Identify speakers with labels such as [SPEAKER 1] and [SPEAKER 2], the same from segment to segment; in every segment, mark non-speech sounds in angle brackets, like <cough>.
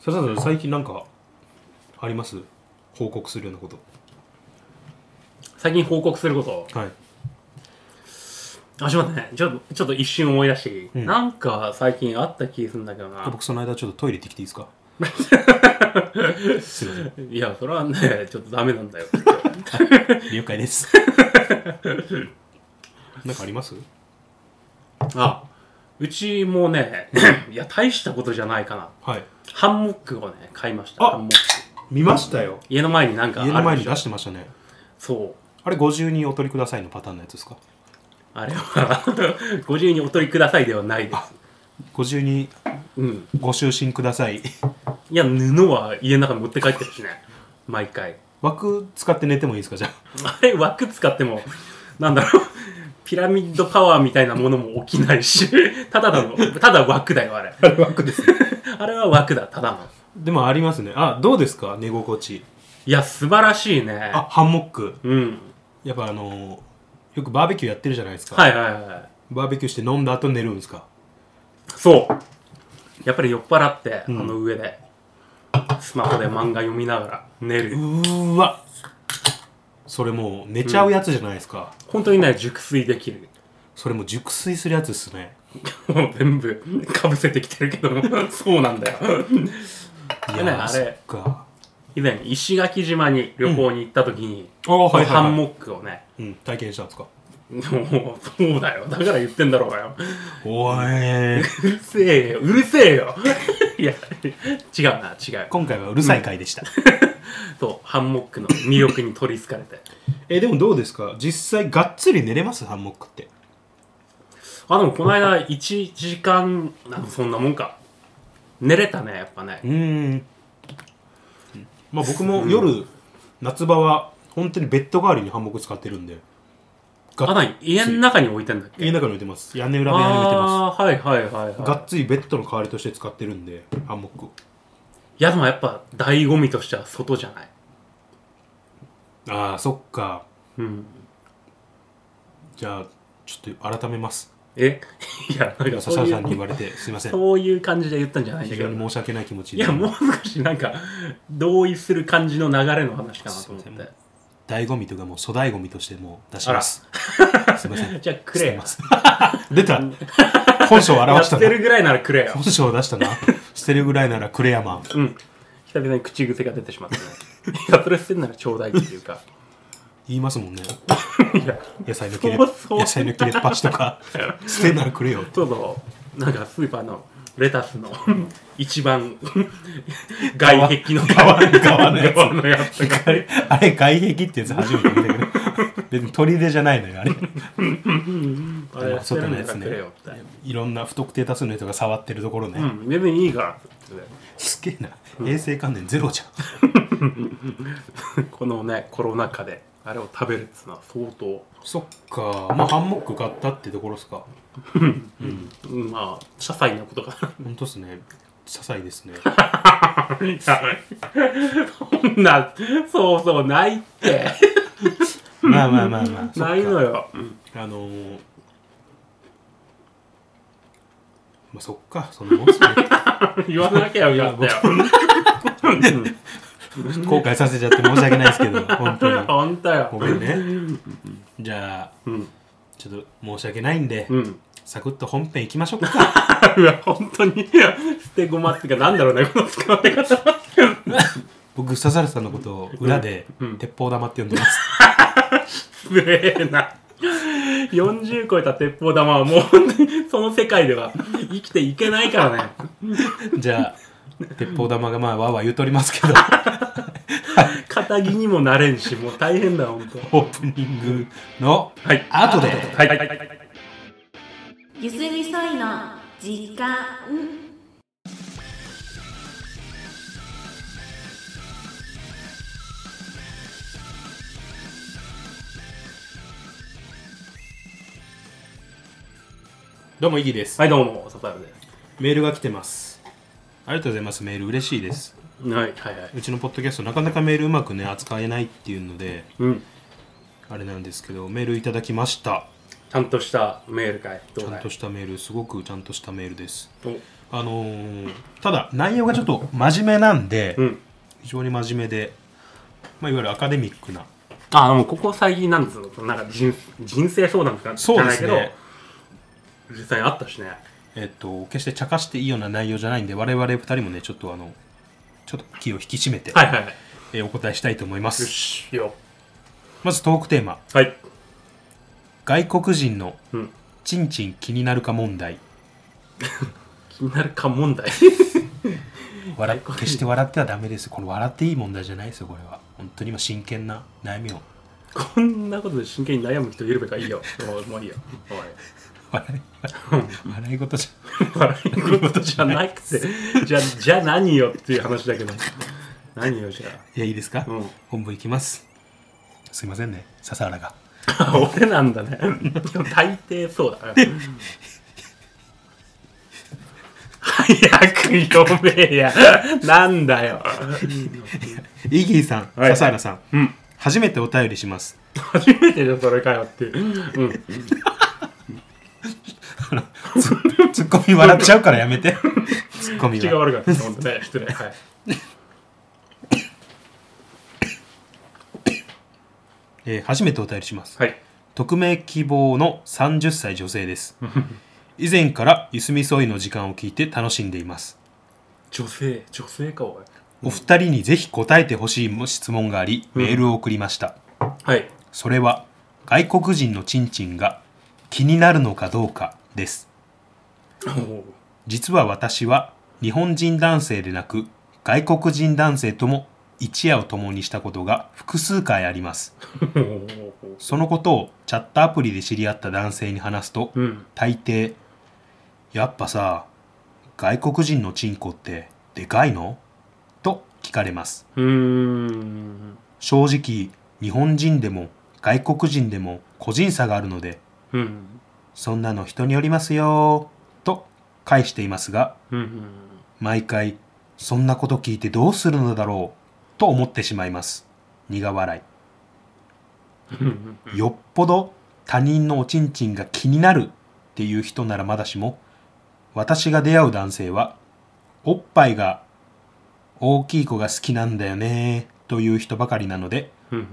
[SPEAKER 1] それさん最近なんかあります報告するようなこと
[SPEAKER 2] 最近報告すること
[SPEAKER 1] はい
[SPEAKER 2] あちょっと待ってねちょっとちょっと一瞬思い出していい、
[SPEAKER 1] ん
[SPEAKER 2] なんか最近あった気するんだけどな
[SPEAKER 1] 僕その間ちょっとトイレ行ってきていいですかすいませ
[SPEAKER 2] いやそれはね <laughs> ちょっとダメな
[SPEAKER 1] <laughs>
[SPEAKER 2] んだよ
[SPEAKER 1] ん <laughs> 了解です <laughs> なんかあります
[SPEAKER 2] あうちもね <laughs> いや大したことじゃないかな
[SPEAKER 1] はい
[SPEAKER 2] ハンモックをね買いました
[SPEAKER 1] あ
[SPEAKER 2] ハンモック
[SPEAKER 1] 見ましたよ
[SPEAKER 2] 家の前になんか
[SPEAKER 1] 家の
[SPEAKER 2] あ
[SPEAKER 1] 前
[SPEAKER 2] る
[SPEAKER 1] に
[SPEAKER 2] でしょ
[SPEAKER 1] 出してましたね
[SPEAKER 2] そう
[SPEAKER 1] あれ50人お取りくださいのパターンのやつですか
[SPEAKER 2] あれは <laughs> ご自由にお取りくださいではないです
[SPEAKER 1] 50人
[SPEAKER 2] うん
[SPEAKER 1] ご就寝ください <laughs>
[SPEAKER 2] いや布は家の中に持って帰ってるしね毎回
[SPEAKER 1] 枠使って寝てもいいですかじゃ
[SPEAKER 2] あれ枠使ってもなんだろうピラミッドパワーみたいなものも起きないしただのただ枠だよあれ
[SPEAKER 1] あ <laughs> 枠です
[SPEAKER 2] あれは枠だただの
[SPEAKER 1] でもありますねあどうですか寝心地
[SPEAKER 2] いや素晴らしいね
[SPEAKER 1] あハンモック
[SPEAKER 2] うん
[SPEAKER 1] やっぱあのーよくバーベキューやってるじゃないですか、
[SPEAKER 2] はいはいはい
[SPEAKER 1] バーベキューして飲んだ後寝るんですか
[SPEAKER 2] そうやっぱり酔っ払って、
[SPEAKER 1] ん
[SPEAKER 2] あの上でスマホで漫画読みながら寝
[SPEAKER 1] う
[SPEAKER 2] る
[SPEAKER 1] ーわそれもう寝ちゃうやつじゃないですか、
[SPEAKER 2] 本当にね熟睡できる
[SPEAKER 1] それもう熟睡するやつですね
[SPEAKER 2] もう全部かぶせてきてるけども <laughs> そうなんだよ
[SPEAKER 1] い
[SPEAKER 2] でねあれ
[SPEAKER 1] そっか
[SPEAKER 2] 以前石垣島に旅行に行った時に、
[SPEAKER 1] ああ
[SPEAKER 2] こ
[SPEAKER 1] は
[SPEAKER 2] の
[SPEAKER 1] い
[SPEAKER 2] ハン
[SPEAKER 1] はい、
[SPEAKER 2] モックをね
[SPEAKER 1] うん、体験したんですか
[SPEAKER 2] もうそうだよだから言ってんだろうがよ
[SPEAKER 1] おーいう
[SPEAKER 2] るせえようるせえよ <laughs> いや違うな違
[SPEAKER 1] <laughs>
[SPEAKER 2] う
[SPEAKER 1] 今回はうるさい回でした、
[SPEAKER 2] そうハンモックの魅力に取りつかれて
[SPEAKER 1] えでもどうですか実際がっつり寝れますハンモックって
[SPEAKER 2] あでもこの間1時間なんかそんなもんか寝れたねやっぱね
[SPEAKER 1] うーんまあ僕も夜、夏場は本当にベッド代わりにハンモック使ってるんで
[SPEAKER 2] あなに家の中に置いてんだっけ
[SPEAKER 1] 家の中に置いてます屋根裏部屋に置いてます
[SPEAKER 2] ああーはいはいはい、はい、
[SPEAKER 1] がっつりベッドの代わりとして使ってるんでハンモックを
[SPEAKER 2] いやでもやっぱ醍醐味としては外じゃない
[SPEAKER 1] ああそっか
[SPEAKER 2] うん
[SPEAKER 1] じゃあちょっと改めます
[SPEAKER 2] え <laughs> いや、なん
[SPEAKER 1] 笹
[SPEAKER 2] かそう
[SPEAKER 1] 原
[SPEAKER 2] い
[SPEAKER 1] さんに言
[SPEAKER 2] う、
[SPEAKER 1] われてすいません
[SPEAKER 2] そういう感じで言ったんじゃないんだ
[SPEAKER 1] 非
[SPEAKER 2] け
[SPEAKER 1] 常
[SPEAKER 2] ど。
[SPEAKER 1] に
[SPEAKER 2] い
[SPEAKER 1] 申し訳ない気持ちで
[SPEAKER 2] や、もう少しなんか、同意する感じの流れの話かなと思っ
[SPEAKER 1] すいま
[SPEAKER 2] て。
[SPEAKER 1] 醍醐味というかもう粗醍醐味としてもう出します <laughs> すいません
[SPEAKER 2] じゃあ、くれよ。
[SPEAKER 1] 出た本性を
[SPEAKER 2] や
[SPEAKER 1] 表し
[SPEAKER 2] ったて
[SPEAKER 1] な
[SPEAKER 2] るぐらいならくれよ
[SPEAKER 1] 本。性を出したな捨てるぐらいならクレアマン
[SPEAKER 2] うん。久々に口癖が出てしまったね。いや、それ捨てんならちょうだいっていう
[SPEAKER 1] <laughs>
[SPEAKER 2] か。
[SPEAKER 1] 言いますもんね
[SPEAKER 2] いや、
[SPEAKER 1] 野菜の切れ
[SPEAKER 2] そうそう
[SPEAKER 1] 野菜の切れっ端とか捨てんならくれよって
[SPEAKER 2] そうそう。なんか、スーパーのレタ
[SPEAKER 1] <laughs>
[SPEAKER 2] スの一番外壁の
[SPEAKER 1] 側側のやつ
[SPEAKER 2] 側のやつが。
[SPEAKER 1] あれ外壁ってやつ初めて見たけど別に砦じゃないのよあれ
[SPEAKER 2] あれ捨てるんだからくれよって。
[SPEAKER 1] いろんな不特定多数の人が触ってるところね、
[SPEAKER 2] うん、別にいいから。
[SPEAKER 1] すげえな衛生観念ゼロじゃ
[SPEAKER 2] このねコロナ禍であれを食べるっつうのは相当、
[SPEAKER 1] んそっかまあハンモック買ったってところですか
[SPEAKER 2] うんまあ些細なことか
[SPEAKER 1] ほんとっすね些細ですね <laughs>
[SPEAKER 2] ないやそんなそうそうないって
[SPEAKER 1] まあまあまあまあそっ
[SPEAKER 2] <laughs>
[SPEAKER 1] か
[SPEAKER 2] ないのよ
[SPEAKER 1] あのーまあそっかそのもんっすね
[SPEAKER 2] <laughs> 言わなきゃよかったよ
[SPEAKER 1] 後悔させちゃって申し訳ないです
[SPEAKER 2] <laughs>
[SPEAKER 1] けど本当に
[SPEAKER 2] 本当
[SPEAKER 1] ご
[SPEAKER 2] よ
[SPEAKER 1] めんねじゃあ
[SPEAKER 2] うん
[SPEAKER 1] ちょっと申し訳ないんで、
[SPEAKER 2] うん
[SPEAKER 1] サクッと本編いきましょう
[SPEAKER 2] <laughs>
[SPEAKER 1] か
[SPEAKER 2] いや本当にいや捨てごまっていうかなんだろうねこの使われ方
[SPEAKER 1] 僕笹原さんのことを裏で、
[SPEAKER 2] うん
[SPEAKER 1] 鉄砲玉って呼んでます
[SPEAKER 2] <laughs> すげえな40超えた鉄砲玉はもう本当にその世界では生きていけないからね
[SPEAKER 1] じゃあ、鉄砲玉がまあ、わーわー言うとります
[SPEAKER 2] <laughs>
[SPEAKER 1] けど、
[SPEAKER 2] 肩着にもなれんしもう大変だ本当
[SPEAKER 1] オープニングの
[SPEAKER 2] はい
[SPEAKER 1] 後で。
[SPEAKER 2] はいはいはい
[SPEAKER 3] ゆすみそいの時間
[SPEAKER 1] どうも、イギです。
[SPEAKER 2] はい、どうも、サタルで
[SPEAKER 1] メールが来てます。ありがとうございます。メール嬉しいです。。
[SPEAKER 2] す。はい、はい、はいう
[SPEAKER 1] ちのポッドキャスト、なかなかメールうまくね、扱えないっていうので、
[SPEAKER 2] うん。
[SPEAKER 1] あれなんですけど、メールいただきました。
[SPEAKER 2] ちゃんとしたメール会
[SPEAKER 1] ち
[SPEAKER 2] どう
[SPEAKER 1] ゃ
[SPEAKER 2] だ
[SPEAKER 1] ん
[SPEAKER 2] い
[SPEAKER 1] としたメールすごくちゃんとしたメールです
[SPEAKER 2] お
[SPEAKER 1] あのーただ内容がちょっと真面目なんで、
[SPEAKER 2] うん
[SPEAKER 1] 非常に真面目で、まあ、いわゆるアカデミックな
[SPEAKER 2] あもうここ最近なんですよなんか人人生相談とかじ
[SPEAKER 1] そうで
[SPEAKER 2] ゃない
[SPEAKER 1] す
[SPEAKER 2] け
[SPEAKER 1] ね
[SPEAKER 2] ど、実際にあったしね
[SPEAKER 1] えっと、決して茶化していいような内容じゃないんで、我々二人もね、ちょっとあの、ちょっと気を引き締めて、
[SPEAKER 2] はいはいはい
[SPEAKER 1] えーお答えしたいと思いま
[SPEAKER 2] よ
[SPEAKER 1] す。
[SPEAKER 2] しよ
[SPEAKER 1] まずトークテーマ、
[SPEAKER 2] はい
[SPEAKER 1] 外国人の
[SPEAKER 2] うん
[SPEAKER 1] チンチン気になるか問題。
[SPEAKER 2] 気になるか問題 <laughs>
[SPEAKER 1] 笑っ
[SPEAKER 2] 外国人
[SPEAKER 1] 決して笑ってはダメです。これ笑っていい問題じゃないですよ、これは。本当に今真剣な悩 <laughs> みを。
[SPEAKER 2] こんなことで真剣に悩む人いるべかいいよおいもういいよ <laughs> お
[SPEAKER 1] 笑い、笑い事じ
[SPEAKER 2] い悪いことじゃなくて <laughs> じゃじゃあ何よっていう話だけど何よじゃ
[SPEAKER 1] ゃ。いや、いいですか、
[SPEAKER 2] うん
[SPEAKER 1] 本文いきます。すいませんね、笹原が。
[SPEAKER 2] あ俺なんだねでも大抵そうだな早く読めやなんだよ
[SPEAKER 1] イギーさん、
[SPEAKER 2] はい
[SPEAKER 1] 笹原さん、
[SPEAKER 2] うん
[SPEAKER 1] 初めてお便りします。
[SPEAKER 2] 初めてじゃそれかよっていう、うん、
[SPEAKER 1] <laughs> ツッコミ笑っちゃうからやめ <laughs> て。ツッコミ
[SPEAKER 2] 口が
[SPEAKER 1] は。
[SPEAKER 2] 悪かったです本当ね失礼はい
[SPEAKER 1] えー初めてお便りします。
[SPEAKER 2] はい
[SPEAKER 1] 匿名希望の30歳女性 <laughs> です。以前からゆすみそいの時間を聞いて楽しんでいます。
[SPEAKER 2] 女性女性かおい
[SPEAKER 1] お二人にぜひ答えてほしいも質問があり、メールを送りました。
[SPEAKER 2] はい
[SPEAKER 1] それは、外国人のチンチンが気になるのかどうかです。
[SPEAKER 2] おー
[SPEAKER 1] 実は私は日本人男性でなく、外国人男性とも一夜を共にしたことが複数回あります。そのことをチャットアプリで知り合った男性に話すと、
[SPEAKER 2] うん
[SPEAKER 1] 大抵やっぱさ外国人のチンコってでかいのと聞かれます
[SPEAKER 2] うーん
[SPEAKER 1] 正直日本人でも外国人でも個人差があるので
[SPEAKER 2] うん
[SPEAKER 1] そんなの人によりますよと返していますが
[SPEAKER 2] うん
[SPEAKER 1] 毎回そんなこと聞いてどうするのだろうと思ってしまいます苦笑
[SPEAKER 2] うん
[SPEAKER 1] いよっぽど他人のおちんちんが気になるっていう人ならまだしも私が出会う男性はおっぱいが大きい子が好きなんだよねという人ばかりなので
[SPEAKER 2] うんうん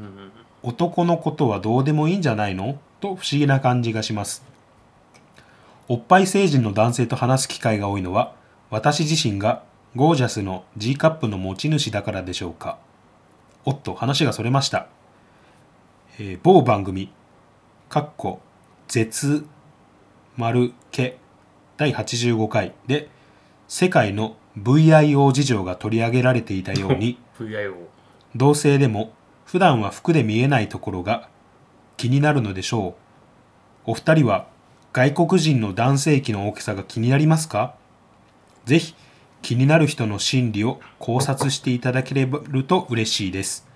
[SPEAKER 1] 男のことはどうでもいいんじゃないのと不思議な感じがしますおっぱい成人の男性と話す機会が多いのは私自身がゴージャスの G カップの持ち主だからでしょうかおっと話がそれました、えー某番組「かっこ絶丸け第85回」で世界の VIO 事情が取り上げられていたように
[SPEAKER 2] VIO
[SPEAKER 1] 同性でも普段は服で見えないところが気になるのでしょうお二人は外国人の男性器の大きさが気になりますかぜひ気になる人の心理を考察していただければると嬉しいです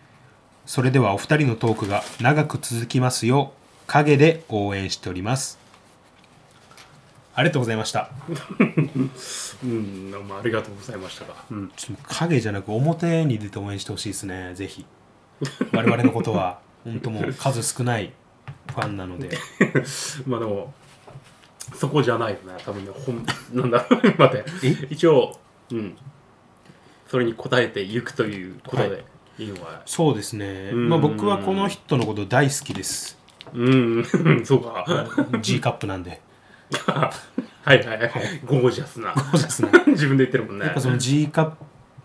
[SPEAKER 1] それではお二人のトークが長く続きますよう陰で応援しておりますありがとうございました
[SPEAKER 2] うんまあありがとうございましたがうん
[SPEAKER 1] ちょっと影じゃなく表に出て応援してほしいですねぜひ我々のこと
[SPEAKER 2] <laughs>
[SPEAKER 1] は本当もう数少ないファンなので
[SPEAKER 2] まあでもそこじゃないよね多分ねほんなんだろう待って一応うんそれに答えていくということで、、
[SPEAKER 1] はい
[SPEAKER 2] いのは
[SPEAKER 1] そうですね
[SPEAKER 2] ん
[SPEAKER 1] まあ僕はこの人のこと大好きです
[SPEAKER 2] うん <laughs> そうか
[SPEAKER 1] G カップなん
[SPEAKER 2] <laughs>
[SPEAKER 1] で
[SPEAKER 2] はいはいはいゴージャスな
[SPEAKER 1] そうですね
[SPEAKER 2] <laughs> 自分で言ってるもんね
[SPEAKER 1] やっぱその G カップ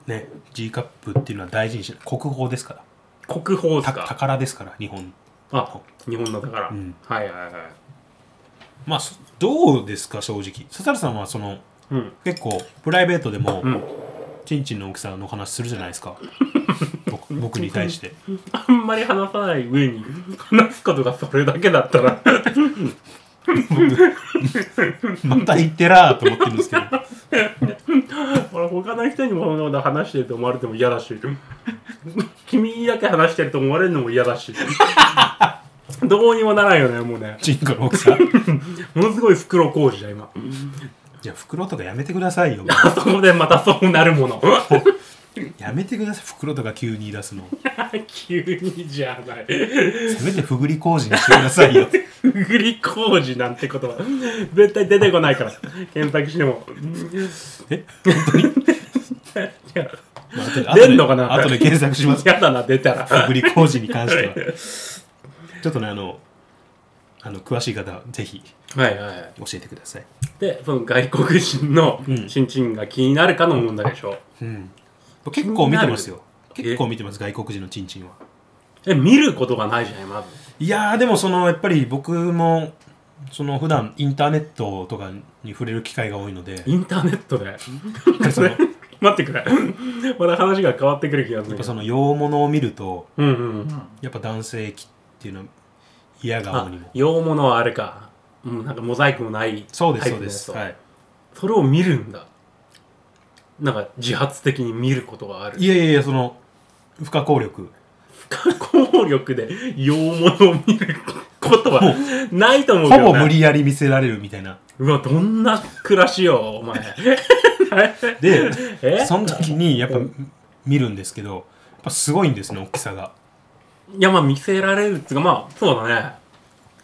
[SPEAKER 1] ね G カップっていうのは大事にしない国宝ですから
[SPEAKER 2] 国宝です
[SPEAKER 1] た
[SPEAKER 2] か
[SPEAKER 1] 宝ですから日本
[SPEAKER 2] あ日本の宝、
[SPEAKER 1] うん
[SPEAKER 2] はいはいはい
[SPEAKER 1] まあそどうですか正直笹原さんはその
[SPEAKER 2] うん
[SPEAKER 1] 結構プライベートでも、
[SPEAKER 2] うん
[SPEAKER 1] ちんちんの大きさの話するじゃないです
[SPEAKER 2] <laughs>
[SPEAKER 1] か僕僕に対して
[SPEAKER 2] あんまり話さない上に話すことがそれだけだったら
[SPEAKER 1] また言ってらーと思ってるんですけど
[SPEAKER 2] 俺他の人にもそんなこと話してると思われても嫌だし <laughs> 君にだけ話してると思われるのも嫌だし <laughs> どうにもならんよねもうね
[SPEAKER 1] チンコの大きさ
[SPEAKER 2] ものすごい袋工事だ今
[SPEAKER 1] じゃあ袋とかやめてくださいよ
[SPEAKER 2] あそこでまたそうなるもの
[SPEAKER 1] やめてください袋とか急に言い出すの
[SPEAKER 2] <laughs> 急にじゃない。 <laughs>
[SPEAKER 1] せめてふぐり工事にしてくださいよ
[SPEAKER 2] ふぐり工事なんて言葉、絶対出てこないから。検索しても。
[SPEAKER 1] え
[SPEAKER 2] いや
[SPEAKER 1] まあ後で
[SPEAKER 2] 出んのかな
[SPEAKER 1] 後で検索します
[SPEAKER 2] やだな、出
[SPEAKER 1] <laughs>
[SPEAKER 2] たら。
[SPEAKER 1] ふぐり工事に関してはちょっとねあのあの詳しい方はぜひ
[SPEAKER 2] はいはい。
[SPEAKER 1] 教えてください
[SPEAKER 2] で、その外国人の
[SPEAKER 1] うん
[SPEAKER 2] チンチンが気になるかの問題でしょ。
[SPEAKER 1] うん結構見てますよ
[SPEAKER 2] 気になる
[SPEAKER 1] 結構見てます外国人のチンチンは
[SPEAKER 2] え、見ることがないじゃない、まず。
[SPEAKER 1] いやーでもそのやっぱり僕もその普段インターネットとかに触れる機会が多いので
[SPEAKER 2] インターネットで。
[SPEAKER 1] そのや
[SPEAKER 2] 待ってくれ。まだ話が変わってくる気がす
[SPEAKER 1] っ
[SPEAKER 2] る
[SPEAKER 1] ぱ。その洋物を見ると
[SPEAKER 2] うんうん。
[SPEAKER 1] やっぱ男性器っていうのは嫌
[SPEAKER 2] あ
[SPEAKER 1] 顔にも、
[SPEAKER 2] 洋物はあれか。うん、なんかモザイクもない。
[SPEAKER 1] そうですそうですはい
[SPEAKER 2] それを見るんだ。なんか自発的に見ることがある。
[SPEAKER 1] いやいやいやその不可抗力
[SPEAKER 2] 不可抗力で洋物を見ることはないと思うけ
[SPEAKER 1] ほ
[SPEAKER 2] どな
[SPEAKER 1] ぼ無理やり見せられるみたいな
[SPEAKER 2] うわ、どんな暮らしよ、
[SPEAKER 1] <laughs>
[SPEAKER 2] お前。
[SPEAKER 1] で
[SPEAKER 2] <laughs> え
[SPEAKER 1] その時にやっぱ見るんですけどやっぱすごいんですね大きさが
[SPEAKER 2] いや、まあ見せられるっつうか、まあ、そうだ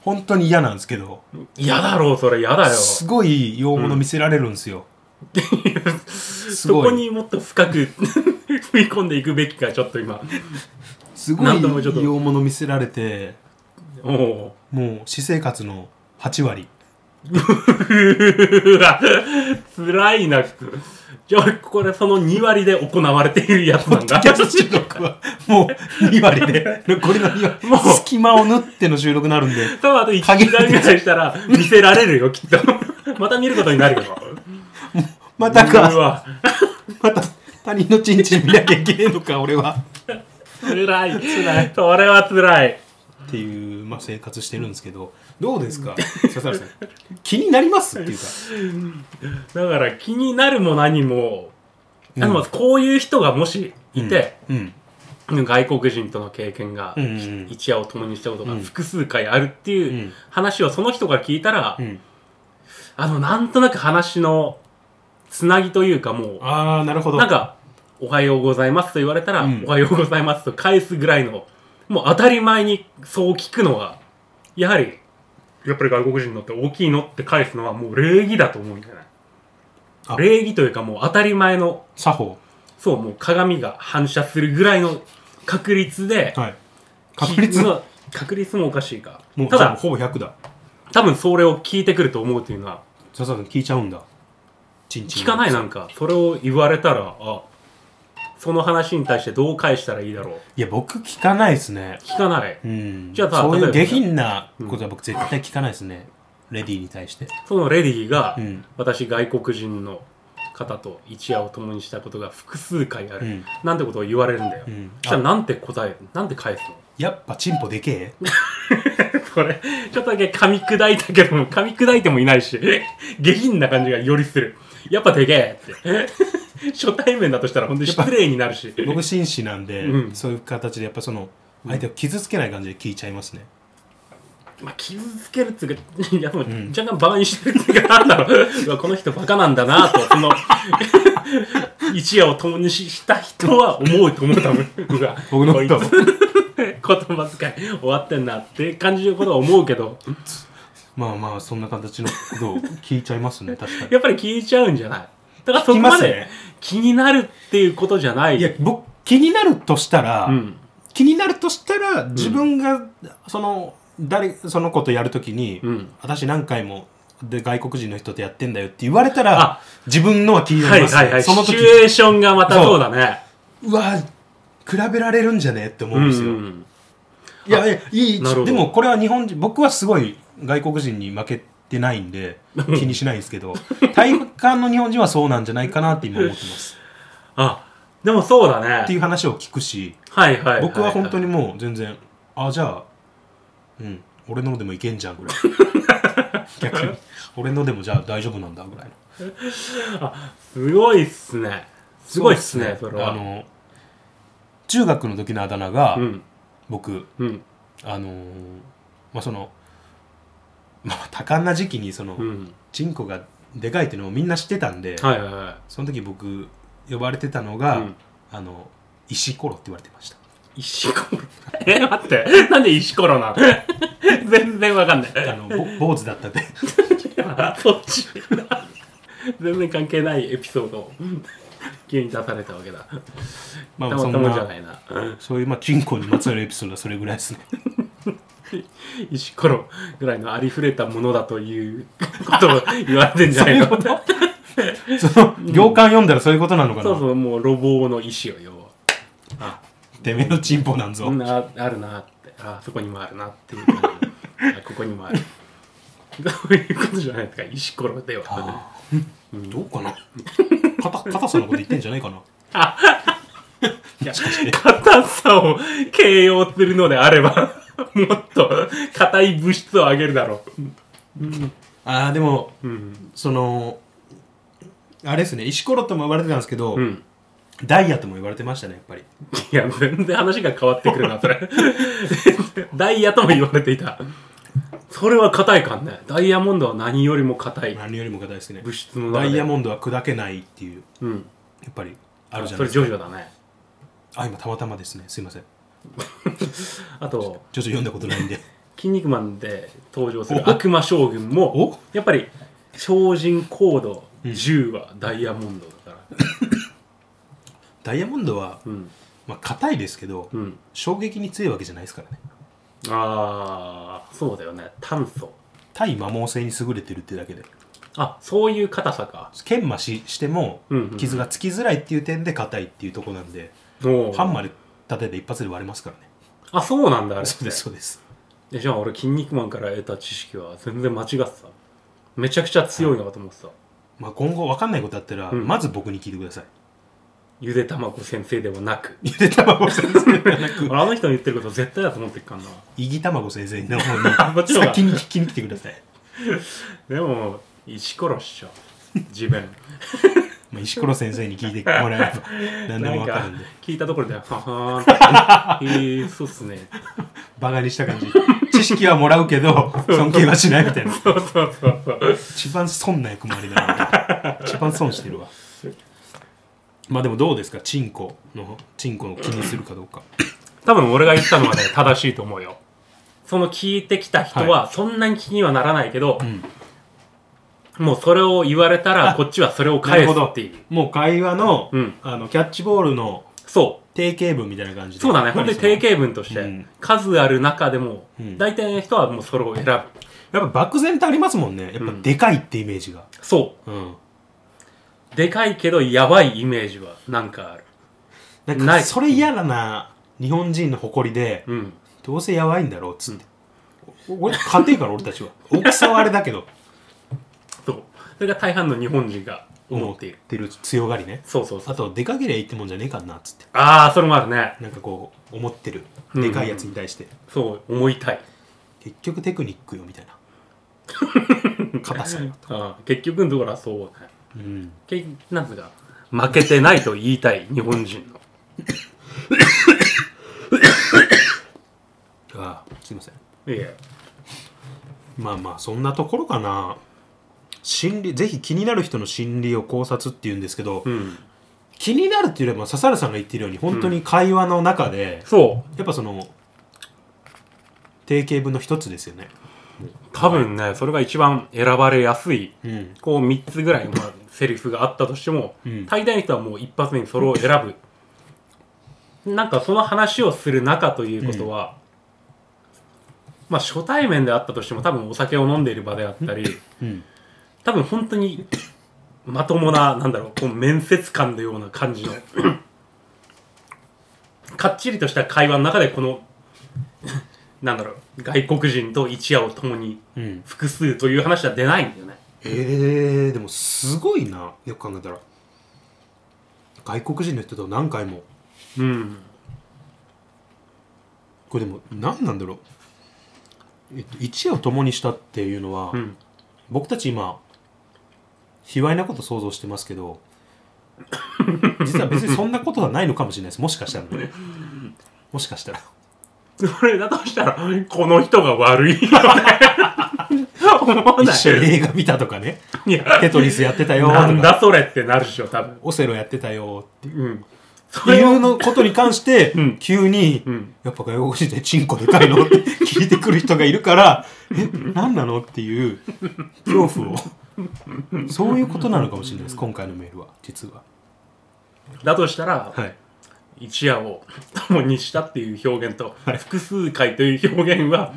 [SPEAKER 1] 本当に嫌なんですけど
[SPEAKER 2] ね。嫌だろう、それ、嫌だよ。
[SPEAKER 1] すごい洋物見せられるんですよ、す
[SPEAKER 2] そ
[SPEAKER 1] ご
[SPEAKER 2] こ
[SPEAKER 1] い
[SPEAKER 2] にもっと深く <laughs> 踏み込んでいくべきか、ちょっと今。
[SPEAKER 1] すご
[SPEAKER 2] なんともちょっと
[SPEAKER 1] い洋物見せられて
[SPEAKER 2] おお
[SPEAKER 1] もう私生活の8割
[SPEAKER 2] <laughs> う。うわ、辛いな。じゃあ、これ、その2割で行われているやつなんだ。
[SPEAKER 1] キャス収録は <laughs> もう2割で残りの2割
[SPEAKER 2] もう
[SPEAKER 1] 隙間を縫っての収録になるんで
[SPEAKER 2] 多分あと1時間ぐらいしたら見せられるよ、きっと。また見ることになるよ。
[SPEAKER 1] また
[SPEAKER 2] う
[SPEAKER 1] か
[SPEAKER 2] わ、
[SPEAKER 1] また他人のチンチン見なきゃいけねえのか俺は
[SPEAKER 2] 辛い。辛い。それは辛い。
[SPEAKER 1] っていう、まあ、生活してるんですけどどうですか笹原さん <laughs> 気になりますっていうか
[SPEAKER 2] だから気になるも何も、
[SPEAKER 1] うん
[SPEAKER 2] あのこういう人がもしいて、
[SPEAKER 1] うん
[SPEAKER 2] 外国人との経験が、
[SPEAKER 1] うんうん
[SPEAKER 2] 一夜を共にしたことが
[SPEAKER 1] うん
[SPEAKER 2] 複数回あるっていううん話をその人が聞いたら、
[SPEAKER 1] うん
[SPEAKER 2] あのなんとなく話のつなぎというかも
[SPEAKER 1] ああなるほ
[SPEAKER 2] う
[SPEAKER 1] ど
[SPEAKER 2] なんか「おはようございます」と言われたら「
[SPEAKER 1] うん
[SPEAKER 2] おはようございます」と返すぐらいのもう当たり前にそう聞くのはやはりやっぱり外国人のって大きいのって返すのはもう礼儀だと思うんじゃない
[SPEAKER 1] あ
[SPEAKER 2] 礼儀というかもう当たり前の
[SPEAKER 1] 作法
[SPEAKER 2] そうもう鏡が反射するぐらいの確率で
[SPEAKER 1] はい確率
[SPEAKER 2] き確率もおかしいか
[SPEAKER 1] もう
[SPEAKER 2] た
[SPEAKER 1] じゃあ
[SPEAKER 2] だ
[SPEAKER 1] ほぼ100だ
[SPEAKER 2] 多分それを聞いてくると思うというのは
[SPEAKER 1] 笹原さん聞いちゃうんだチンチン
[SPEAKER 2] 聞かないなんかそれを言われたらあその話に対してどう返したらいいだろう
[SPEAKER 1] いや僕聞かないですね
[SPEAKER 2] 聞かない
[SPEAKER 1] うん
[SPEAKER 2] じゃあさ
[SPEAKER 1] そう
[SPEAKER 2] 例え
[SPEAKER 1] いう
[SPEAKER 2] ば
[SPEAKER 1] 下品なことは僕絶対聞かないですね、レディーに対して
[SPEAKER 2] そのレディーが、
[SPEAKER 1] うん
[SPEAKER 2] 私外国人の方と一夜を共にしたことが複数回ある、
[SPEAKER 1] うん
[SPEAKER 2] なんてことを言われるんだよ、
[SPEAKER 1] うん
[SPEAKER 2] そしたらなんて答えるなんて返す
[SPEAKER 1] <laughs> やっぱチンポでけえ
[SPEAKER 2] のこれちょっとだけ噛み砕いたけども噛み砕いてもいないし <laughs> 下品な感じがよりするやっぱでけ
[SPEAKER 1] <laughs>
[SPEAKER 2] えって初対面だとしたら本当に失礼になるし
[SPEAKER 1] 僕紳士なんで、
[SPEAKER 2] うん
[SPEAKER 1] そういう形でやっぱその相手を傷つけない感じで聞いちゃいますね、
[SPEAKER 2] まあ、傷つけるっていうか、 <laughs> いや、もう、
[SPEAKER 1] ん
[SPEAKER 2] 若干バカにしてるっていうか、なんだろう。 <laughs> うわこの人バカなんだなと、その、 <laughs> 一夜を共にした人は思うと思う、多分。
[SPEAKER 1] <laughs>
[SPEAKER 2] うわ、
[SPEAKER 1] 僕のこと
[SPEAKER 2] こいつ言葉遣い終わってんなって感じのことは思うけど、
[SPEAKER 1] まあまあそんな形のことを聞いちゃいます
[SPEAKER 2] <laughs>
[SPEAKER 1] ね確かに
[SPEAKER 2] やっぱり聞いちゃうんじゃないだからそこ
[SPEAKER 1] 聞きま
[SPEAKER 2] ますで
[SPEAKER 1] ね
[SPEAKER 2] 気になるっていうことじゃない。
[SPEAKER 1] いや僕気になるとしたら、
[SPEAKER 2] うん。
[SPEAKER 1] 気になるとしたら自分がその誰その子とやるときに、
[SPEAKER 2] うん
[SPEAKER 1] 私何回もで外国人の人とやってんだよって言われたら
[SPEAKER 2] あ
[SPEAKER 1] 自分のは気にな
[SPEAKER 2] は
[SPEAKER 1] り
[SPEAKER 2] い
[SPEAKER 1] ます、
[SPEAKER 2] はいはい。
[SPEAKER 1] その
[SPEAKER 2] シ
[SPEAKER 1] 時
[SPEAKER 2] チュエーションがまたそうだね。
[SPEAKER 1] うわ比べられるんじゃねって思
[SPEAKER 2] う
[SPEAKER 1] うん
[SPEAKER 2] ん
[SPEAKER 1] ですよ、
[SPEAKER 2] うん。
[SPEAKER 1] いやいやいい
[SPEAKER 2] なるほど
[SPEAKER 1] でもこれは日本人僕はすごい外国人に負けてないんで気にしないんですけど <laughs> 体感の日本人はそうなんじゃないかなって今思ってます
[SPEAKER 2] あ、でもそうだね。
[SPEAKER 1] っていう話を聞くし
[SPEAKER 2] はいはいはいい。
[SPEAKER 1] 僕は本当にもう全然あじゃあうん俺のでもいけんじゃんぐらい
[SPEAKER 2] <laughs>
[SPEAKER 1] 逆に俺のでもじゃあ大丈夫なんだぐらいの
[SPEAKER 2] すごいっすね。すごいっすね、
[SPEAKER 1] そうで
[SPEAKER 2] そ
[SPEAKER 1] す
[SPEAKER 2] れは。
[SPEAKER 1] あの中学の時のあだ名が、
[SPEAKER 2] うん。
[SPEAKER 1] 僕
[SPEAKER 2] うん。
[SPEAKER 1] あのーまあその、 <laughs> まあ、多感な時期にその、
[SPEAKER 2] うん。
[SPEAKER 1] チンコがでかいっていうのをみんな知ってたんで、
[SPEAKER 2] はいはいは
[SPEAKER 1] その時僕呼ばれてたの
[SPEAKER 2] い。
[SPEAKER 1] が、
[SPEAKER 2] うん
[SPEAKER 1] あの石ころって言われてました
[SPEAKER 2] 石ころえ <laughs> 待ってなんで石ころ <laughs> なの全然わかんない
[SPEAKER 1] あのぼ坊主だったんで
[SPEAKER 2] <laughs>
[SPEAKER 1] <laughs>
[SPEAKER 2] そっち <laughs> 全然関係ないエピソードを急に出されたわけだ
[SPEAKER 1] ま
[SPEAKER 2] た
[SPEAKER 1] あ
[SPEAKER 2] ま
[SPEAKER 1] そん
[SPEAKER 2] たまじゃな
[SPEAKER 1] ない
[SPEAKER 2] な
[SPEAKER 1] そういうまあチンコにまつわるエピソードはそれぐらい
[SPEAKER 2] <laughs>
[SPEAKER 1] ですね
[SPEAKER 2] 石ころぐらいのありふれたものだということ <laughs> を言われてんじゃないのそう
[SPEAKER 1] その行間読んだらそういうことなのかな
[SPEAKER 2] そうもう路傍の石をよ
[SPEAKER 1] あてめえのチンポなんぞ、
[SPEAKER 2] そんなあるなってあそこにもあるなっていう感 <laughs> じあここにもあるそういうことじゃないですか石ころでは
[SPEAKER 1] あーどうかな硬硬さのこと言ってんじゃないかな
[SPEAKER 2] 硬さを形容するのであれば <laughs> もっと硬い物質をあげるだろ
[SPEAKER 1] ああでも
[SPEAKER 2] ううん
[SPEAKER 1] そのあれですね石ころとも言われてたんですけど、
[SPEAKER 2] うん
[SPEAKER 1] ダイヤとも言われてましたねやっぱり
[SPEAKER 2] いや全然話が変わってくるなそれ <laughs> ダイヤとも言われていたそれは硬いかんねダイヤモンドは何よりも硬い
[SPEAKER 1] 何よりも硬いですね
[SPEAKER 2] 物質の中
[SPEAKER 1] ダ
[SPEAKER 2] で
[SPEAKER 1] イヤモンドは砕けないっていう
[SPEAKER 2] うん
[SPEAKER 1] やっぱりあるじゃ
[SPEAKER 2] そ
[SPEAKER 1] ないですか
[SPEAKER 2] れジョジョだね
[SPEAKER 1] あ今たまたまですねすいません
[SPEAKER 2] あと
[SPEAKER 1] ちょっと読んだことないん
[SPEAKER 2] <laughs>
[SPEAKER 1] で
[SPEAKER 2] 「筋肉マン」で登場する
[SPEAKER 1] お
[SPEAKER 2] 悪魔将軍も
[SPEAKER 1] お
[SPEAKER 2] やっぱり超人コード10はダイヤモンドだから
[SPEAKER 1] ダイヤモンドは
[SPEAKER 2] うん
[SPEAKER 1] まあ硬いですけど、
[SPEAKER 2] うん
[SPEAKER 1] 衝撃に強いわけじゃないですからね
[SPEAKER 2] ああそうだよね炭素
[SPEAKER 1] 対摩耗性に優れてるってだけで
[SPEAKER 2] あそういう硬さか
[SPEAKER 1] 研磨ししても
[SPEAKER 2] うんうん
[SPEAKER 1] 傷がつきづらいっていう点で硬いっていうところなんで、
[SPEAKER 2] おー
[SPEAKER 1] ハンマーで立てて一発で割れますからね
[SPEAKER 2] あそうなんだあれって
[SPEAKER 1] そうですそうです
[SPEAKER 2] えじゃあ俺「筋肉マン」から得た知識は全然間違ってためちゃくちゃ強いなと思ってた、
[SPEAKER 1] まあ今後分かんないことあったら、
[SPEAKER 2] うん
[SPEAKER 1] まず僕に聞いてください <laughs>
[SPEAKER 2] ゆで卵先生でもなく
[SPEAKER 1] ゆで卵先生ではなく
[SPEAKER 2] <laughs> 俺あの人の言ってること絶対だと思ってっかんな
[SPEAKER 1] イギ卵先生の
[SPEAKER 2] <laughs> あ
[SPEAKER 1] 方
[SPEAKER 2] こっ
[SPEAKER 1] に
[SPEAKER 2] ちの方が
[SPEAKER 1] 先に聞きに来てください、
[SPEAKER 2] でも石ころっしょ自分
[SPEAKER 1] まあ、石黒先生に聞いてもらえれば
[SPEAKER 2] <laughs>
[SPEAKER 1] 何でも分かるんで
[SPEAKER 2] 聞いたところで「ははーんって」 <laughs> えー、そうっすね」
[SPEAKER 1] バカにした感じ知識はもらうけど尊敬はしないみたいな
[SPEAKER 2] そうそうそうそう
[SPEAKER 1] 一番損な役回りだな一番損してるわまあでもどうですかチンコのチンコの気にするかどうか
[SPEAKER 2] 多分俺が言ったのはね正しいと思うよその聞いてきた人はそんなに気にはならないけど、
[SPEAKER 1] ん
[SPEAKER 2] もうそれを言われたら
[SPEAKER 1] あ
[SPEAKER 2] こっちはそれを返すっていう
[SPEAKER 1] もう会話の,、
[SPEAKER 2] うん
[SPEAKER 1] あのキャッチボールの
[SPEAKER 2] そう
[SPEAKER 1] 定型文みたいな感じで
[SPEAKER 2] そうだね、本当に定型文として、
[SPEAKER 1] うん
[SPEAKER 2] 数ある中でも、
[SPEAKER 1] うん
[SPEAKER 2] 大体の人はもうそれを選ぶ。
[SPEAKER 1] やっぱ漠然とありますもんねやっぱ
[SPEAKER 2] うん
[SPEAKER 1] でかいってイメージが
[SPEAKER 2] そ
[SPEAKER 1] うん、
[SPEAKER 2] う。でかいけど、やばいイメージはなんかある。
[SPEAKER 1] なん
[SPEAKER 2] な
[SPEAKER 1] か
[SPEAKER 2] い
[SPEAKER 1] それ嫌だな日本人の誇りで、
[SPEAKER 2] うん。
[SPEAKER 1] どうせやばいんだろうっつって、お俺硬いから俺た
[SPEAKER 2] <laughs>
[SPEAKER 1] ちは大きさはあれだけど
[SPEAKER 2] そう。それが大半の日本人が思っている。
[SPEAKER 1] 思ってる強がりね
[SPEAKER 2] そうそうそ
[SPEAKER 1] あ
[SPEAKER 2] う。
[SPEAKER 1] とでかけりゃいいってもんじゃねえかなっつって
[SPEAKER 2] ああ、それもあるね。
[SPEAKER 1] なんかこう思ってる
[SPEAKER 2] うん
[SPEAKER 1] でかいやつに対して、
[SPEAKER 2] そう、思いたい。
[SPEAKER 1] 結局テクニックよみたい
[SPEAKER 2] <laughs>
[SPEAKER 1] な硬さよ、
[SPEAKER 2] あー結局のところはそうね。
[SPEAKER 1] うん、
[SPEAKER 2] けなんつうか、負けてないと言いたい、日本人の。
[SPEAKER 1] ああすいません
[SPEAKER 2] いや、
[SPEAKER 1] まあまあそんなところかな心理ぜひ気になる人の心理を考察っていうんですけど、
[SPEAKER 2] うん。
[SPEAKER 1] 気になるっていうよりは笹原さんが言ってるように本当に会話の中で、
[SPEAKER 2] そう。
[SPEAKER 1] やっぱその定型文の一つですよね
[SPEAKER 2] 多分ね、それが一番選ばれやすい
[SPEAKER 1] うん
[SPEAKER 2] こう3つぐらい、まあ、セリフがあったとしても、
[SPEAKER 1] うん
[SPEAKER 2] 大体の人はもう一発目にそれを選ぶなんかその話をする中ということは、まあ初対面であったとしても多分お酒を飲んでいる場であったり
[SPEAKER 1] うん
[SPEAKER 2] 多分本当にまともななんだろうこう面接官のような
[SPEAKER 1] <coughs>
[SPEAKER 2] 感じのかっちりとした会話の中でこのなんだろう外国人と一夜を共に
[SPEAKER 1] うん
[SPEAKER 2] 複数という話は出ないんだよね。
[SPEAKER 1] えー、でもすごいなよく考えたら外国人の人と何回も
[SPEAKER 2] うん <laughs>
[SPEAKER 1] これでも何なんだろう、えっと、一夜を共にしたっていうのは、
[SPEAKER 2] うん
[SPEAKER 1] 僕たち今卑猥なこと想像してますけど実は別にそんなことはないのかもしれないですもしかしたらねもしかしたら
[SPEAKER 2] それだとしたら、この人が悪いよね。思わ
[SPEAKER 1] 一
[SPEAKER 2] ない。
[SPEAKER 1] 緒に映画見たとか
[SPEAKER 2] <laughs>
[SPEAKER 1] ね
[SPEAKER 2] いや、
[SPEAKER 1] テトリスやってたよと
[SPEAKER 2] なん
[SPEAKER 1] か
[SPEAKER 2] だそれってなるでしょ、多分。
[SPEAKER 1] オセロやってたよって
[SPEAKER 2] うん。
[SPEAKER 1] 理由のことに関して
[SPEAKER 2] うん、
[SPEAKER 1] 急に、
[SPEAKER 2] うん。
[SPEAKER 1] やっぱ外国人でチンコでかいのって聞いてくる人がいるから、え、何なのっていう恐怖を。そういうことなのかもしれないです、今回のメールは、実は。
[SPEAKER 2] だとしたら、
[SPEAKER 1] はい。
[SPEAKER 2] 一夜を共にしたっていう表現と、複数回という表現は、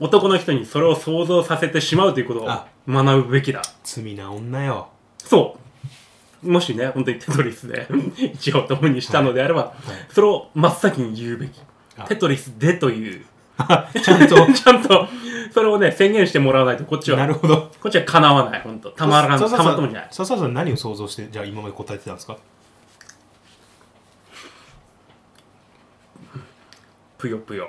[SPEAKER 2] 男の人にそれを想像させてしまうということを
[SPEAKER 1] あ
[SPEAKER 2] 学ぶべきだ。
[SPEAKER 1] 罪な女よ。
[SPEAKER 2] そう。もしね、本当にテトリスで <laughs> 一夜を共にしたのであれば、それを真っ先に言うべき
[SPEAKER 1] あ。
[SPEAKER 2] テトリスでという、
[SPEAKER 1] <laughs> ちゃんと、
[SPEAKER 2] <laughs> ちゃんと、それをね、宣言してもらわないと、こっち
[SPEAKER 1] な
[SPEAKER 2] は、
[SPEAKER 1] るほど。
[SPEAKER 2] こっちは叶わない、本当たまらん、た
[SPEAKER 1] 笹
[SPEAKER 2] ま
[SPEAKER 1] さ
[SPEAKER 2] ったもんじゃない。
[SPEAKER 1] 笹さん何を想像して、じゃあ今まで答えてたんですか
[SPEAKER 2] ぷよぷよ。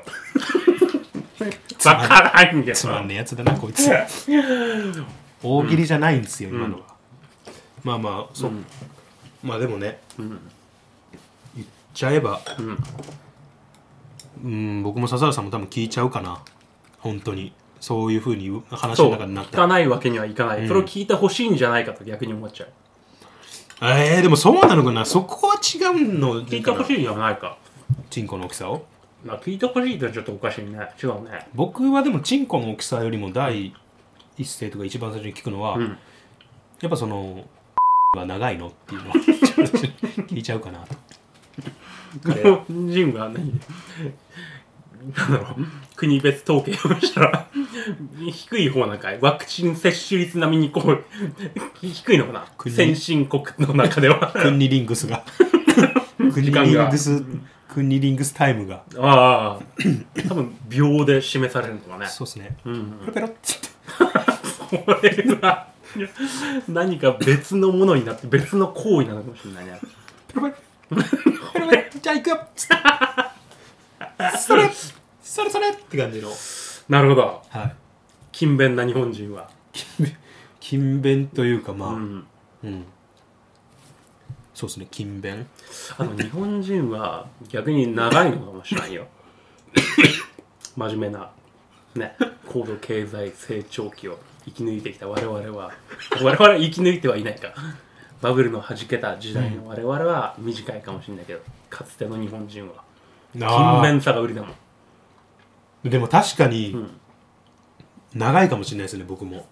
[SPEAKER 2] <laughs> わからんけ
[SPEAKER 1] つ
[SPEAKER 2] ど
[SPEAKER 1] まんねえやつだな、こいつ。大喜利じゃないんですよ、今のは。まあまあ、そう。まあでもね、
[SPEAKER 2] うん
[SPEAKER 1] 言っちゃえば、
[SPEAKER 2] うん
[SPEAKER 1] うん、僕も笹原さんも多分聞いちゃうかな。本当に。そういうふうに話
[SPEAKER 2] そ
[SPEAKER 1] の
[SPEAKER 2] う
[SPEAKER 1] 中になっ
[SPEAKER 2] 聞
[SPEAKER 1] た。
[SPEAKER 2] からないわけにはいかない、それを聞いてほしいんじゃないかと逆に思っちゃう
[SPEAKER 1] えー、でもそうなのかなそこは違うの
[SPEAKER 2] 聞いてほしいんじゃないか
[SPEAKER 1] チンコの大きさを
[SPEAKER 2] まあ聞いてほしいってちょっとおかしいね違うね
[SPEAKER 1] 僕はでもチンコの大きさよりも第一声とか一番最初に聞くのは、
[SPEAKER 2] うん
[SPEAKER 1] やっぱその「は長いの?」っていうのをちょっと聞いちゃうかなと
[SPEAKER 2] 日本人が何なんだろう国別統計をしたら低い方なんかいワクチン接種率並みにこう低いのかな
[SPEAKER 1] 国
[SPEAKER 2] 先進国の中で <laughs> は
[SPEAKER 1] クンニリングスがクンニリングスクンニリングスタイムが
[SPEAKER 2] ああ多分秒で示されるのかね
[SPEAKER 1] そうですね
[SPEAKER 2] うん
[SPEAKER 1] ペロペロっつって
[SPEAKER 2] これは何か別のものになって別の行為なのかもしれないね
[SPEAKER 1] ペロペロペロペロじゃあ行くよっつってそれそれそれって感じの
[SPEAKER 2] なるほど
[SPEAKER 1] はい
[SPEAKER 2] 勤勉な日本人は、
[SPEAKER 1] 勤勉勤勉というかまあ、
[SPEAKER 2] うん、
[SPEAKER 1] うんそうですね勤勉
[SPEAKER 2] あの日本人は逆に長いのかもし
[SPEAKER 1] <laughs>
[SPEAKER 2] れないよ真面目なね高度経済成長期を生き抜いてきた我々は我々は生き抜いてはいないかバブルの弾けた時代の我々は短いかもしれないけどかつての日本人は勤勉さが売りだもん
[SPEAKER 1] でも確かに、
[SPEAKER 2] ん
[SPEAKER 1] 長いかもしれないですね僕も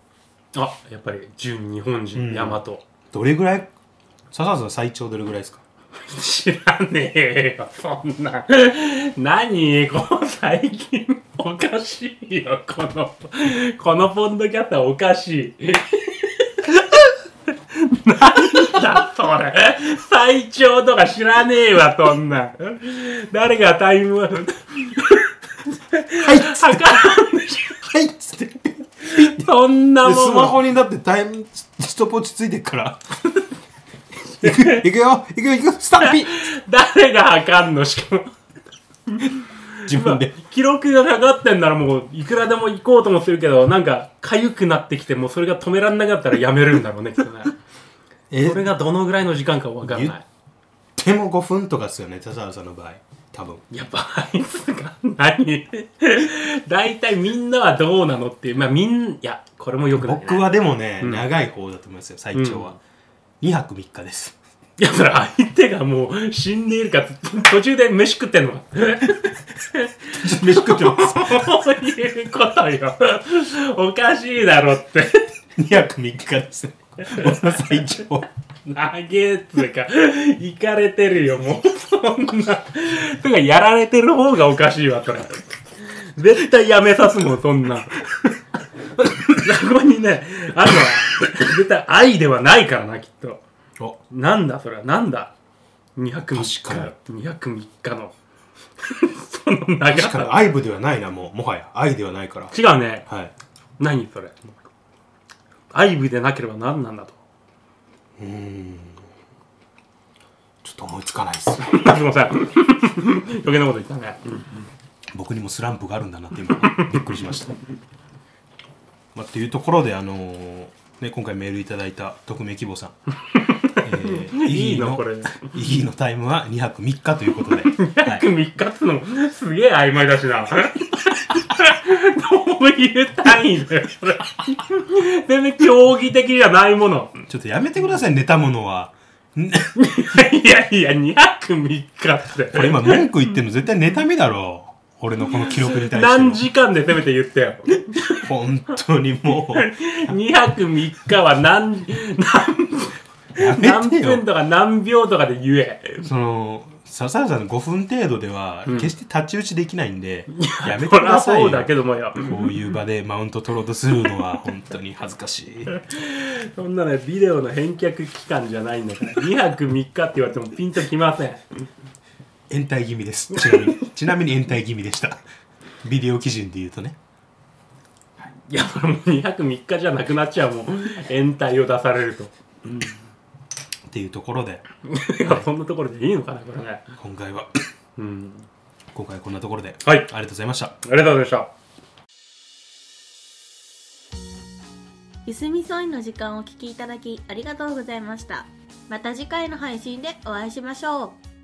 [SPEAKER 2] あやっぱり純日本人、
[SPEAKER 1] うん
[SPEAKER 2] 大和
[SPEAKER 1] どれぐらい笹原さん最長どれぐらいですか
[SPEAKER 2] 知らねえよそんな何この最近おかしいよこのこのポンドキャストはおかしい何だそれ最長とか知らねえわそんなん誰がタイムは
[SPEAKER 1] はいっつってはいっつって <laughs> で
[SPEAKER 2] そんな
[SPEAKER 1] スマ
[SPEAKER 2] もん
[SPEAKER 1] ホにだってタイムストップ落ち着いてっから <laughs> 行く行くよ行くよ行くよスタンピ
[SPEAKER 2] 誰が測んのしかも
[SPEAKER 1] 自分で
[SPEAKER 2] 記録がかかってんならもういくらでも行こうともするけどなんか痒くなってきてもうそれが止められなかったらやめるんだろうねきっとね
[SPEAKER 1] え
[SPEAKER 2] それがどのぐらいの時間かわからない
[SPEAKER 1] でも5分とかっすよね笹原さんの場合多分
[SPEAKER 2] やっぱあいつが何大体みんなはどうなのっていうまあみんいやこれもよくない、ね、
[SPEAKER 1] 僕はでもね、
[SPEAKER 2] うん
[SPEAKER 1] 長い方だと思いますよ最長は、2泊3日です <laughs>
[SPEAKER 2] いやそれ相手がもう死んでいるか途中で飯食ってんのか <laughs>
[SPEAKER 1] 飯食ってます
[SPEAKER 2] そういうことよおかしいだろって
[SPEAKER 1] 2泊3日 <laughs> です僕の最長
[SPEAKER 2] 投げっつうかいかれてるよもうそんなてかやられてる方がおかしいわそれ絶対やめさすもんそんなそこにねあるのは絶対愛ではないからなきっと
[SPEAKER 1] お
[SPEAKER 2] なんだそれはなんだ2
[SPEAKER 1] 確
[SPEAKER 2] 泊
[SPEAKER 1] か
[SPEAKER 2] 3日2泊3日のその長
[SPEAKER 1] 確かに
[SPEAKER 2] さ
[SPEAKER 1] アイブではないなもうもはやアイではないから
[SPEAKER 2] 違うね
[SPEAKER 1] はい
[SPEAKER 2] 何それ愛部でなければ何なんだと
[SPEAKER 1] うーんちょっと思いつかないっす
[SPEAKER 2] すいません余計なこと言ったね、うん
[SPEAKER 1] 僕にもスランプがあるんだなって今びっくりしましたまあ、っていうところであのーね、今回メールいただいた匿名希望
[SPEAKER 2] <laughs>
[SPEAKER 1] さん、えー
[SPEAKER 2] い
[SPEAKER 1] イギ
[SPEAKER 2] いの
[SPEAKER 1] ー
[SPEAKER 2] これ
[SPEAKER 1] イギーのタイムは2泊3日ということで、はい
[SPEAKER 2] 約3日っつうのもすげえ曖昧だしな。どういう単位だよ、そ <laughs> れ。全然競技的じゃないもの。
[SPEAKER 1] ちょっとやめてください、ネタものは。
[SPEAKER 2] いやいや、2泊3日って。
[SPEAKER 1] これ今文句言ってるの絶対妬みだろう。俺のこの記録に対しての。
[SPEAKER 2] 何時間でせめて言ってよ。
[SPEAKER 1] 本当にもう。
[SPEAKER 2] 2泊3日は何、
[SPEAKER 1] や
[SPEAKER 2] 何、何
[SPEAKER 1] めてよ。
[SPEAKER 2] 分とか何秒とかで言え。
[SPEAKER 1] その、笹原さんの5分程度では、決して太刀打ちできないんで、やめて
[SPEAKER 2] こ
[SPEAKER 1] く
[SPEAKER 2] ら
[SPEAKER 1] ださい
[SPEAKER 2] そ
[SPEAKER 1] よ。
[SPEAKER 2] うだけどもよ。
[SPEAKER 1] こういう場でマウント取ろうとするのは本当に恥ずかしい。
[SPEAKER 2] そんなね、ビデオの返却期間じゃないんだから、2泊3日って言われてもピンときません。
[SPEAKER 1] 延滞気味です。ちなみに、 <laughs> ちなみに延滞気味でした。ビデオ基準で言うとね。
[SPEAKER 2] いや、これもう2泊3日じゃなくなっちゃう <laughs> もん。延滞を出され <laughs> ると。
[SPEAKER 1] っていうところで、
[SPEAKER 2] いや、そんなところでいいのかな、これね。
[SPEAKER 1] 今回は、
[SPEAKER 2] うん。
[SPEAKER 1] 今回はこんなところで、
[SPEAKER 2] はい
[SPEAKER 1] ありがとうございました。
[SPEAKER 2] ありがとうございました。
[SPEAKER 3] ゆすみそいの時間をお聞きいただきありがとうございましたまた次回の配信でお会いしましょう